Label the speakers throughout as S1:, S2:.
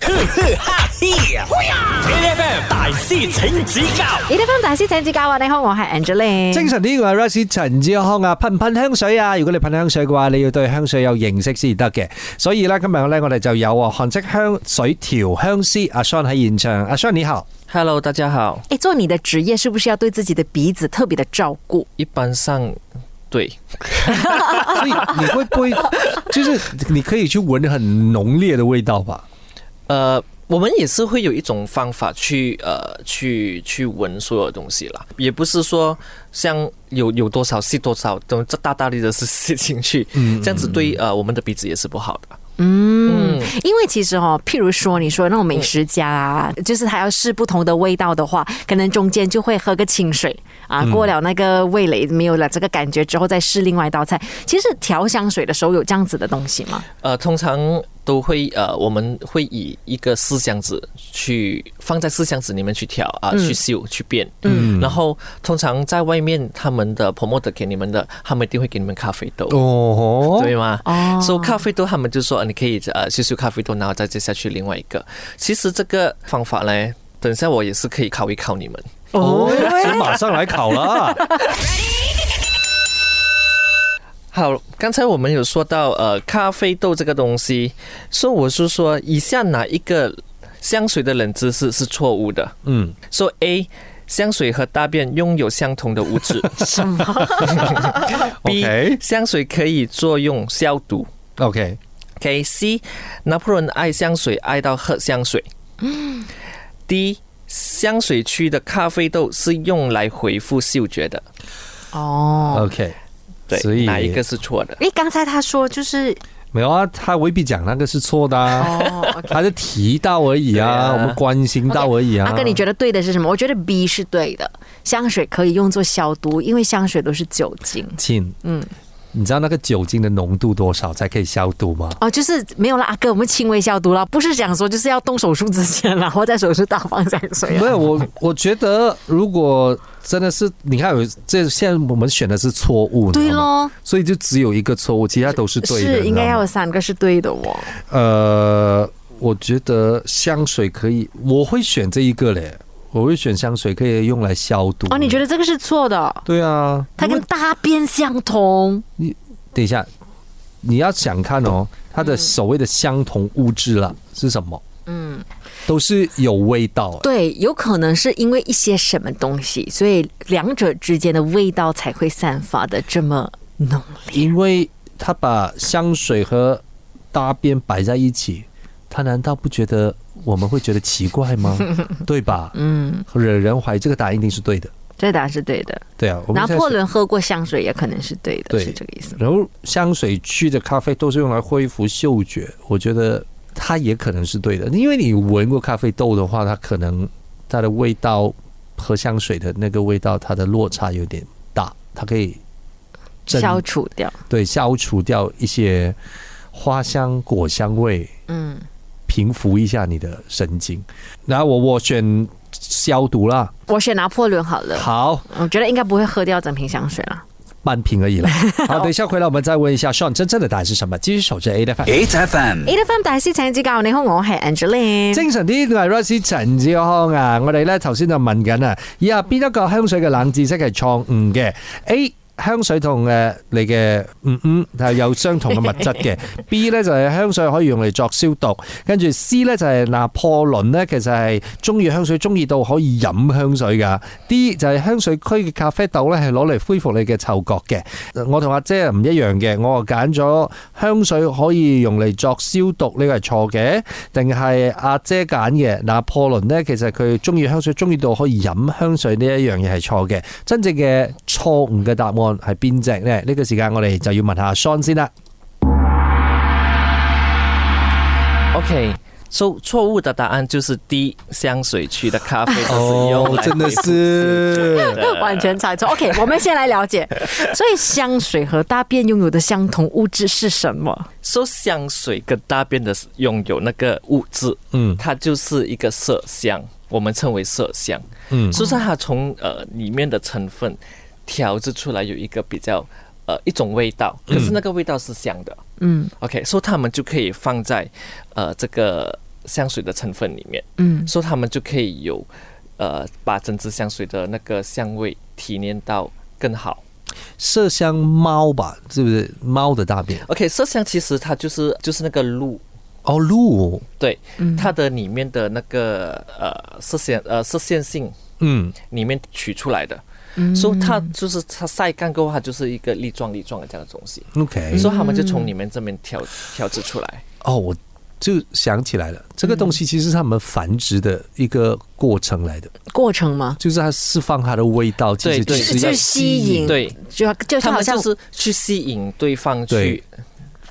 S1: 哈嘿，A.F.M. 大師請指教
S2: 你哋分大師請指教啊！你好，我係 Angeline。
S3: 精神呢個係 Rice 陳志康啊，噴唔噴香水啊？如果你噴香水嘅話，你要對香水有認識先得嘅。所以咧，今日咧我哋就有啊韓式香水調香師阿 Sean 喺現場。阿 Sean 你好，
S4: Hello，大家好。
S2: 誒，做你的職業是不是要對自己的鼻子特別的照顧？
S4: 一般上，对，
S3: 所以你會 不會就是你可以去聞很濃烈的味道吧？
S4: 呃，我们也是会有一种方法去呃去去闻所有东西啦，也不是说像有有多少吸多少，都这大大力的是吸进去，这样子对呃我们的鼻子也是不好的。
S2: 嗯，因为其实哦，譬如说你说那种美食家啊，就是他要试不同的味道的话，可能中间就会喝个清水啊，过了那个味蕾没有了这个感觉之后，再试另外一道菜。其实调香水的时候有这样子的东西吗？
S4: 呃，通常都会呃我们会以一个四箱子去放在四箱子里面去调啊、去嗅去变，嗯，然后通常在外面他们的 promoter 给你们的，他们一定会给你们咖啡豆。
S3: 哦吼，
S4: 对吗？
S2: 哦
S4: 所以咖啡豆他们就说呃你可以呃吸收咖啡豆，然后再接下去另外一个。其实这个方法呢，等一下我也是可以考一考你们。
S3: 哦，所以馬上來 考啦。
S4: 好，刚才我们有说到呃咖啡豆这个东西，所以我是说呃以下哪一个香水的冷知识是错误的？
S3: 嗯，
S4: 说 A 香水和大便拥有相同的物质
S2: 什 么？
S4: ，B
S3: OK
S4: 香水可以作用消毒
S3: OK，
S4: OK C，拿破仑爱香水爱到喝香水。D，香水区的咖啡豆是用来回复嗅觉的。
S2: 哦，
S3: OK，所
S4: 对，
S3: 以
S4: 哪一个是错的？
S2: 因为刚才他说 就是
S3: 没有啊，他未必讲那个是错的、啊，
S2: 哦，OK。
S3: 他是提到而已啊，
S4: 对啊
S3: 我们关心到而已啊。
S2: 阿哥，你觉得对的是什么？我觉得 B 是对的，香水可以用作消毒，因为香水都是酒精。
S3: 亲，
S2: 嗯
S3: 嗯，你知道那个酒精的浓度多少才可以消毒吗？
S2: 哦，就是没有啦，阿哥，我们轻微消毒啦，不是讲说就是要动手术之前啦，然后在手术打放香水
S3: 没有，我我觉得如果真的是，你看有这现在我们选的是错误，你
S2: 对
S3: 知道吗，
S2: 咯，
S3: 所以就只有一个错误，其他都是对的。
S2: 是
S3: 你
S2: 应
S3: 知道
S2: 该
S3: 吗
S2: 要有三个是对的哦。
S3: 呃，我觉得香水可以，我会选这一个嘞，我会选香水可以用来消毒。
S2: 哦，你觉
S3: 得？
S2: 得这个是错的，
S3: 对啊，
S2: 它跟大便相同。
S3: 等一下，你要想看哦，它的所谓的相同物质啦是什么？
S2: 嗯，
S3: 都是有味道欸。
S2: 对，有可能是因为一些什么东西，所以两者之间的味道才会散发的这么浓烈。
S3: 因为他把香水和大便摆在一起，他难道不觉得我们会觉得奇 怪吗？对吧？
S2: 嗯，
S3: 惹人怀疑，这个答案一定是对的。
S2: 这答案是对的。
S3: 对啊，我们
S2: 拿
S3: 现在是
S2: 破。仑喝过香水也可能是对的，
S3: 对
S2: 是这个意思吗。
S3: 然后香水区的咖啡豆是用来恢复嗅觉，我觉得它也可能是对的，因为你闻过咖啡豆的话，它可能它的味道和香水的那个味道，它的落差有点大，它可以正
S2: 消除掉，
S3: 对消除掉一些花香、果香味。
S2: 嗯，
S3: 平复一下你的神经。然后我我选消毒啦，
S2: 我选拿破仑好了，
S3: 好，
S2: 我觉得应该不会喝掉整瓶香水了。
S3: 半瓶而已啦。好，等一下回来我们再问一下 Sean 真正的答案是什么。继续守着 A 的饭。
S1: ，H F M，
S2: A F M 大師請指教，你好，我係 Angeline。
S3: 精神啲嘅係 Rosie 陳志康啊，我哋咧頭先就問緊啊，以下邊一個香水嘅冷知識係錯誤嘅？A 香水同誒你嘅嗯嗯係有相同嘅物質嘅，B 咧就係香水可以用嚟作消毒，跟住 C 咧就係拿破崙咧其實係中意香水，中意到可以飲香水㗎。D 就係香水區嘅咖啡豆咧係攞嚟恢復你嘅嗅覺嘅。我同阿姐唔一樣嘅，我啊揀咗香水可以用嚟作消毒呢個係錯嘅。定係阿姐揀嘅。拿破崙呢，其實佢中意香水，中意到可以飲香水呢一樣嘢係錯嘅。真正嘅錯誤嘅答案係邊只呢？呢、個時間我哋就要問下阿 Sean 先啦。
S4: OK，所、以错误的答案就是 D，香水区的咖啡豆是用来
S3: 哦真的是，
S2: 完全猜错。OK，我们先来了解，所以香水和大便拥有的相同物质是什么？
S4: 说、香水跟大便的拥有那个物质，
S3: 嗯
S4: 它就是一个麝香，我们称为麝香。
S3: 嗯
S4: 是不是它从呃里面的成分调制出来有一个比较呃一种味道，
S3: 嗯
S4: 可是那个味道是香的。
S2: 嗯，
S4: OK，所以他们就可以放在呃这个香水的成分里面，
S2: 嗯
S4: 所以他们就可以有呃把整支香水的那个香味体验到更好。
S3: 麝香猫吧，是不是猫的大便？
S4: OK，麝香其实它就是就是那个鹿，
S3: 哦，鹿，
S4: 对，
S2: 嗯
S4: 它的里面的那个呃射线呃射线性
S3: 嗯，
S4: 里面取出来的，
S2: 嗯
S4: 所以它就是它晒干过后，它就是一个粒状粒状的这样的东西，
S2: 嗯
S3: OK，
S4: 所以他们就从里面这边调调制出来。
S3: 哦，我就想起来了，这个东西其实是他们繁殖的一个过程来的，
S2: 过程吗？
S3: 就是它释放它的味道，其实
S4: 对对
S3: 是要
S2: 就是吸引嗯
S4: 对，
S2: 就就
S4: 他
S2: 好
S4: 们
S2: 像
S4: 就是去吸引对方
S3: 对
S4: 去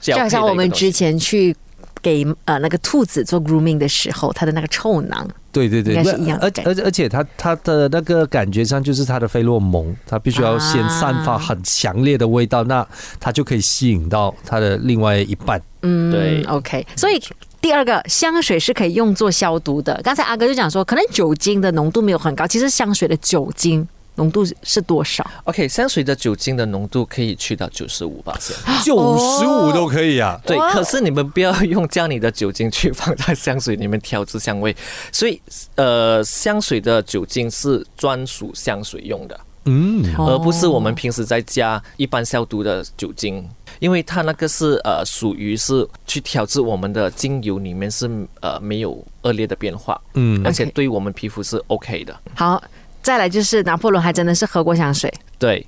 S4: 交
S2: 就好
S4: 配的一个东西，
S2: 像我们之前去给呃那个兔子做 grooming 的时候，它的那个臭囊，
S3: 对对对，
S2: 应该
S3: 那
S2: 是一样的
S3: 而且而且而且它它的那个感觉上就是它的菲洛蒙，它必须要先散发
S2: 啊
S3: 很强烈的味道，那它就可以吸引到它的另外一半。
S2: 嗯，
S4: 对
S2: ，OK，所以。第二个，香水是可以用作消毒的。刚才阿哥就讲说，可能酒精的浓度没有很高，其实香水的酒精浓度是多少？
S4: OK，香水的酒精的浓度可以去到九十五吧，现在
S3: 九十五都可以啊！
S4: 对
S2: 哇，
S4: 可是你们不要用这样你的酒精去放在香水里面调制香味，所以呃，香水的酒精是专属香水用的，
S3: 嗯，
S2: 哦
S4: 而呃不是我们平时在家一般消毒的酒精，因为它那个是呃属于是去调制我们的精油里面是呃没有恶劣的变化，
S3: 嗯
S4: 而且
S2: OK
S4: 对我们皮肤是 OK 的，
S2: 好，再来就是拿破仑还真的是喝过香水，
S4: 对。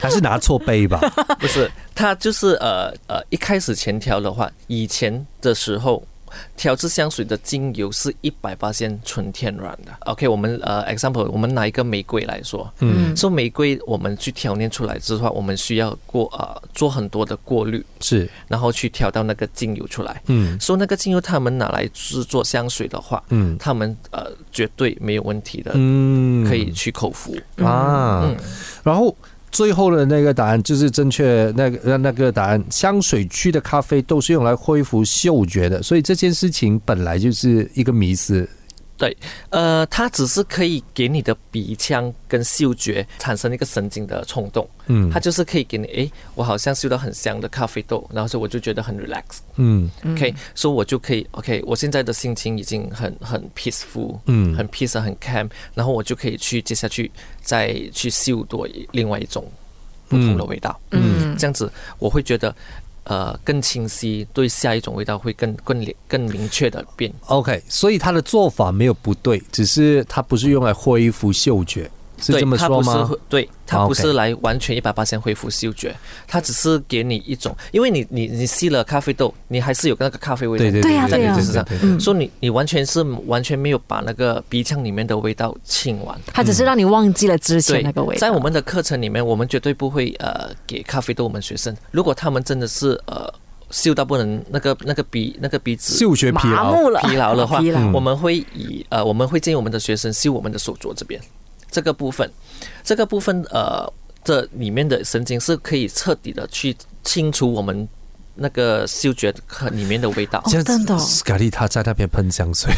S3: 还是拿错杯吧。
S4: 不是，它就是呃呃，一开始前调的话，以前的时候。调制香水的精油是一百八千纯天然的。OK，我们呃，example，我们拿一个玫瑰来说，
S3: 嗯，
S4: 说玫瑰我们去调炼出来之后，我们需要过呃做很多的过滤，
S3: 是，
S4: 然后去调到那个精油出来。
S3: 嗯
S4: 说那个精油他们拿来制作香水的话，
S3: 嗯
S4: 他们呃绝对没有问题的，
S3: 嗯
S4: 可以去口服。
S3: 啊。
S4: 嗯
S3: 然后最后的那个答案就是正确那个那个答案，香水区的咖啡都是用来恢复嗅觉的，所以这件事情本来就是一个迷思。
S4: 呃，它只是可以给你的鼻腔跟嗅觉产生一个神经的冲动，
S3: 嗯
S4: 它就是可以给你，诶，我好像嗅到很香的咖啡豆，然后所以我就觉得很 relax，OK，、
S3: 嗯
S4: OK，所以我就可以，OK，我现在的心情已经很很 peaceful，
S3: 嗯
S4: 很 peace，很 calm，然后我就可以去接下去再去嗅多一另外一种不同的味道，
S2: 嗯
S4: 这样子我会觉得。呃，更清晰，对下一种味道会更更明更明确的变
S3: OK，所以他的做法没有不对，只是他不是用来恢复嗅觉，是
S4: 对
S3: 这么说
S4: 它
S3: 吗哦
S4: 不是？对，它不
S3: OK
S4: 是来完全一百八先恢复嗅觉，它只是给你一种，因为你你你吸了咖啡豆，你还是有那个咖啡味道，
S3: 对对
S2: 对呀
S3: 对
S4: 在
S2: 对
S4: 你
S2: 呀
S4: 的
S3: 对
S4: 身上
S3: 对，
S2: 嗯
S4: 所以你你完全是完全没有把那个鼻腔里面的味道清完。
S2: 它只是让你忘记了之前
S4: 对
S2: 那个味，道。
S4: 在我们的课程里面，我们绝对不会呃给咖啡豆我们学生，如果他们真的是呃嗅到不能那个那个鼻那个鼻子
S3: 嗅觉疲
S2: 麻
S3: 劳。
S2: 木了，啊
S4: 疲劳的话 嗯
S2: 疲劳，
S4: 我们会以呃，我们会建议我们的学生修我们的手镯这边这个部分，这个部分呃，这里面的神经是可以彻底的去清除我们那个嗅觉和里面的味道。
S2: 哦真的哦
S3: 斯卡利他在那边喷香水，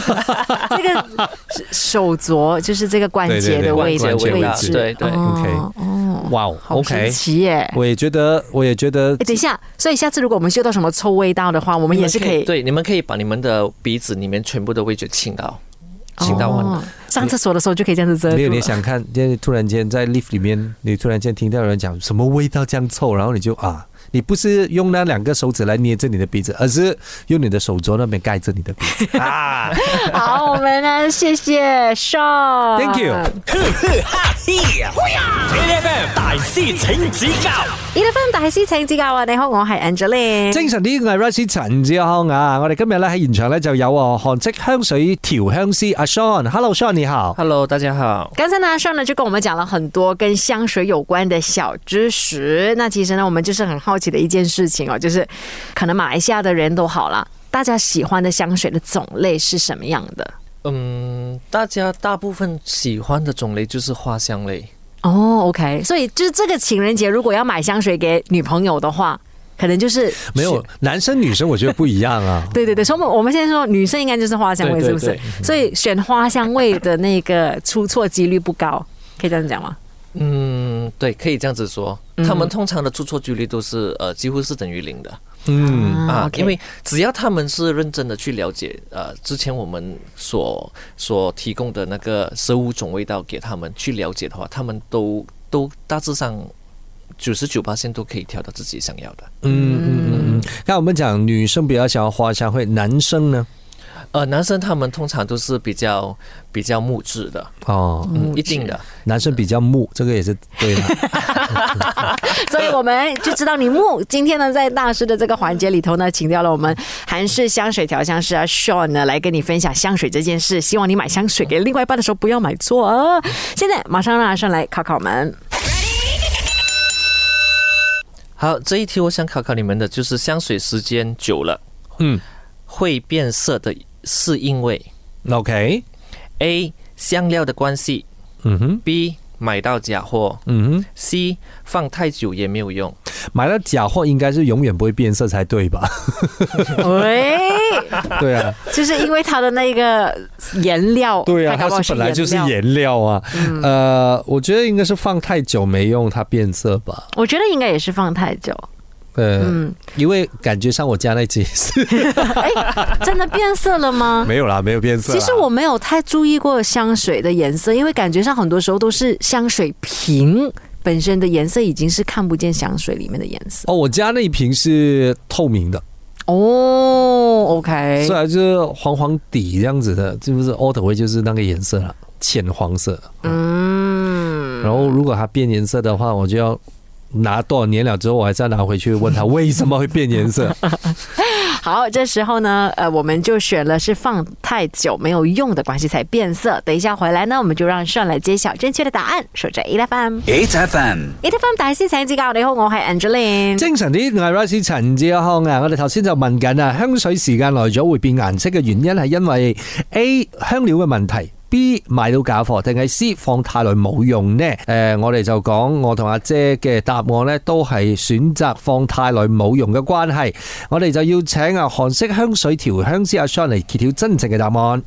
S2: 这个手镯就是这个关节的位置
S4: 对对对
S2: 位
S4: 关
S2: 置，
S4: 节位置对对
S2: 哦
S3: OK
S2: 哦，
S3: 哇哦
S2: 好神
S3: ，OK，
S2: 奇耶！
S3: 我也觉得，我也觉得
S2: 哎，等一下，所以下次如果我们嗅到什么臭味道的话，我们也是可以
S4: 对，你们可以把你们的鼻子里面全部的味觉清到，
S2: 哦
S4: 清到完。
S2: 上厕所的时候就可以这样子遮
S3: 没有
S2: 住
S3: 你
S2: 了。
S3: 想看，因为突然间在 lift 里面，你突然间听到有人讲什么味道这样臭，然后你就啊，你不是用那两个手指来捏着你的鼻子，而是用你的手镯那边盖着你的鼻 子啊。
S2: 好，我们呢，谢谢 Sean。
S3: Thank you。
S1: 哈嘿呀！A F M 大师请指教
S2: 一粒分大師請指教啊！你好，我係 Angeline。
S3: 精神啲，我系 Rice 陳志康啊！我哋今日咧喺現場咧就有啊韓式香水調香師阿 Sean，Hello Sean 你好。
S4: Hello，大家好。
S2: 刚才呢，上呢就跟我们讲了很多跟香水有关的小知识。那其实呢，我们就是很好奇的一件事情哦，就是可能马来西亚的人都好啦，大家喜欢的香水的种类是什么样的？
S4: 嗯，大家大部分喜欢的种类就是花香类。
S2: 哦，OK，所以就是这个情人节，如果要买香水给女朋友的话，可能就是。
S3: 没有男生女生，我觉得不一样啊
S2: 对对对，所以我们我们现在说女生应该就是花香味，
S4: 对对
S2: 是不是？
S4: 对
S2: 所以选花香味的那个出错几率不高，可以这样讲吗？
S4: 嗯，对，可以这样子说。
S2: 嗯
S4: 他们通常的出错几率都是呃，几乎是等于零的。
S3: 嗯，
S4: 啊
S2: OK
S4: 因为只要他们是认真的去了解，呃，之前我们所所提供的那个十五种味道给他们去了解的话，他们都都大致上九十九八线都可以挑到自己想要的。
S3: 那嗯我们讲女生比较想要花香味，男生呢？
S4: 呃，男生他们通常都是比较比较木质的，
S3: 哦，
S4: 嗯，一定的。
S3: 男生比较木，这个也是对的。
S2: 所以我们就知道你木。今天呢，在大师的这个环节里头呢，请到了我们韩式香水调香师啊 Sean 呢，来跟你分享香水这件事。希望你买香水给另外一半的时候不要买错啊！现在马上让阿胜来考考我们。
S4: 好，这一题我想考考你们的就是香水时间久了
S3: 嗯
S4: 会变色的，是因为
S3: ，OK，
S4: A 香料的关系
S3: 嗯哼，
S4: ，B 买到假货
S3: 嗯
S4: ，C 放太久也没有用。
S3: 哼，买了假货应该是永远不会变色才对吧？
S2: 喂，
S3: 对啊，
S2: 就是因为它的那个颜料，
S3: 对啊，
S2: 它搞不好
S3: 它是本来就是
S2: 颜料。
S3: 颜料啊。呃，我觉得应该是放太久没用，它变色吧。
S2: 我觉得应该也是放太久，
S3: 呃，
S2: 嗯，
S3: 因为感觉上我家那只也是
S2: 真的变色了吗？
S3: 没有啦，没有变
S4: 啊
S3: 色啦。
S2: 其实我没有太注意过香水的颜色，因为感觉上很多时候都是香水瓶本身的颜色已经是看不见香水里面的颜色。
S3: 哦，我家那一瓶是透明的，
S2: 哦，OK，
S3: 虽然就是黄黄底这样子的，就是 all the way 就是那个颜色了，浅黄色。
S2: 嗯，
S3: 然后如果它变颜色的话，我就要拿多少年了之后，我还是要拿回去问他为什么会变颜色。
S2: 好，这时候呢，呃，我们就选了是放太久没有用的关系才变色。等一下回来呢，我们就让上来揭晓正确的答案。守着 E F M
S1: ，H F M，
S2: E F M 大师請指教，你好，我係 Angeline。
S3: 精神啲，我係 Rice 陳志康啊！我哋頭先就問緊啊，香水時間耐咗會變顏色嘅原因係因為 A 香料嘅問題。B 買到假貨定係 C 放太耐冇用呢？誒、我哋就講我同阿姐嘅答案呢，都係選擇放太耐冇用嘅關係。我哋就要請啊韓式香水調香師阿 Sean 嚟揭曉真正嘅答案。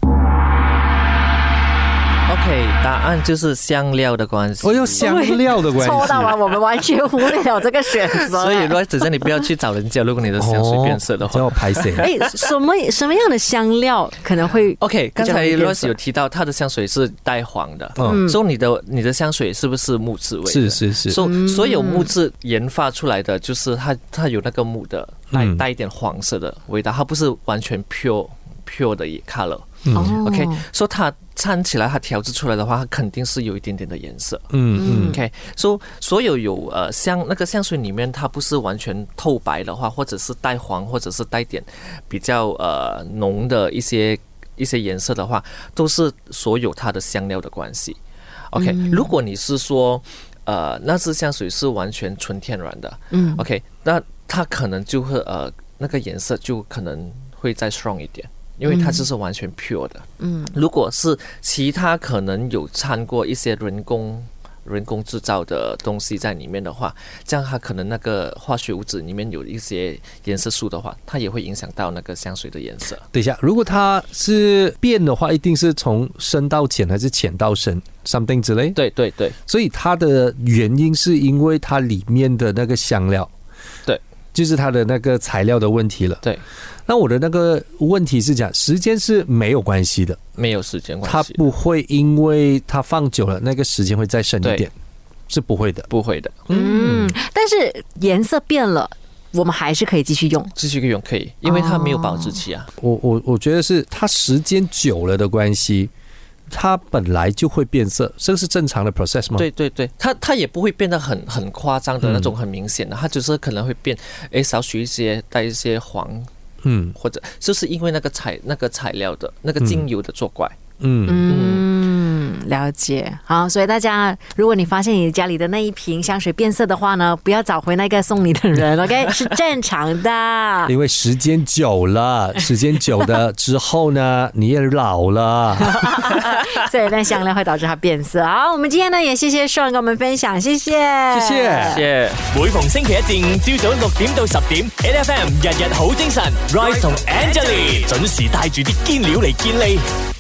S4: OK，答案就是香料的关系。
S3: 我有香料嘅 關
S2: 抽到
S3: 係。
S2: 了，我们完全忽略了这个选择。
S4: 所以，如果只是你不要去找人家，如果你的香水变色的话
S3: 哦。我 拍死。
S2: 哎，什么什么样的香料可能会
S3: 哦
S2: 哦
S4: OK，刚才
S2: 比
S4: r
S2: 较容易变
S4: o s e
S2: 色
S4: 有提到它的香水是带黄的，
S3: 嗯
S4: 嗯，所以你的你的香水是不是木质味的？
S3: 是是是，
S4: 所、所有木质研发出来的，就是它它有那个木的带
S3: 嗯
S4: 带一点黄色的味道，它不是完全 pure pure 的 color。
S3: 嗯
S2: 哦
S4: OK，所、以它掺起来，它调制出来的话，它肯定是有一点点的颜色。
S3: 嗯嗯
S4: OK，所、so, 所有有呃香那个香水里面，它不是完全透白的话，或者是带黄，或者是带点比较呃浓的一些一些颜色的话，都是所有它的香料的关系。OK，、如果你是说呃那支香水是完全纯天然的，
S2: 嗯
S4: ，OK，那它可能就会呃那个颜色就可能会再 strong 一点，因为它就是完全 pure 的。
S2: 嗯，
S4: 如果是其他可能有掺过一些人工人工制造的东西在里面的话，这样它可能那个化学物质里面有一些颜色素的话，它也会影响到那个香水的颜色。
S3: 等一下，如果它是变的话，一定是从深到浅还是浅到深，something 之类。
S4: 对对对
S3: 所以它的原因是因为它里面的那个香料，
S4: 对，
S3: 就是它的那个材料的问题了。
S4: 对，
S3: 那我的那个问题是讲时间是没有关系的，
S4: 没有时间关
S3: 它
S4: 系，
S3: 不会因为它放久了那个时间会再深一
S4: 对
S3: 点，是不会的。
S4: 不会的，
S2: 嗯，但是颜色变了，我们还是可以继续用。
S4: 继续用可以，因为它没有保质期啊。
S3: 我我我觉得是它时间久了的关系，它本来就会变色，这是正常的 process 吗？
S4: 对对对，它它也不会变得很很夸张的那种，很明显的，它只是可能会变，诶，少许一些带一些黄，
S3: 嗯
S4: 或者就是因为那个材那个材料的那个精油的作怪。
S3: 嗯。
S2: 嗯，了解。好，所以大家，如果你发现你家里的那一瓶香水变色的话呢，不要找回那个送你的 人，OK，是正常的。
S3: 因为时间久了，时间久了之后呢，你也老了。
S2: 所以那香料会导致它变色。好，我们今天呢也谢谢 Sean 跟我们分享，谢谢，
S3: 谢谢。
S4: 谢谢。
S1: 每逢星期一至五朝早六點到十點，N F M 日日好精神，Rise 同 Angelie 準時帶住啲堅料嚟健利。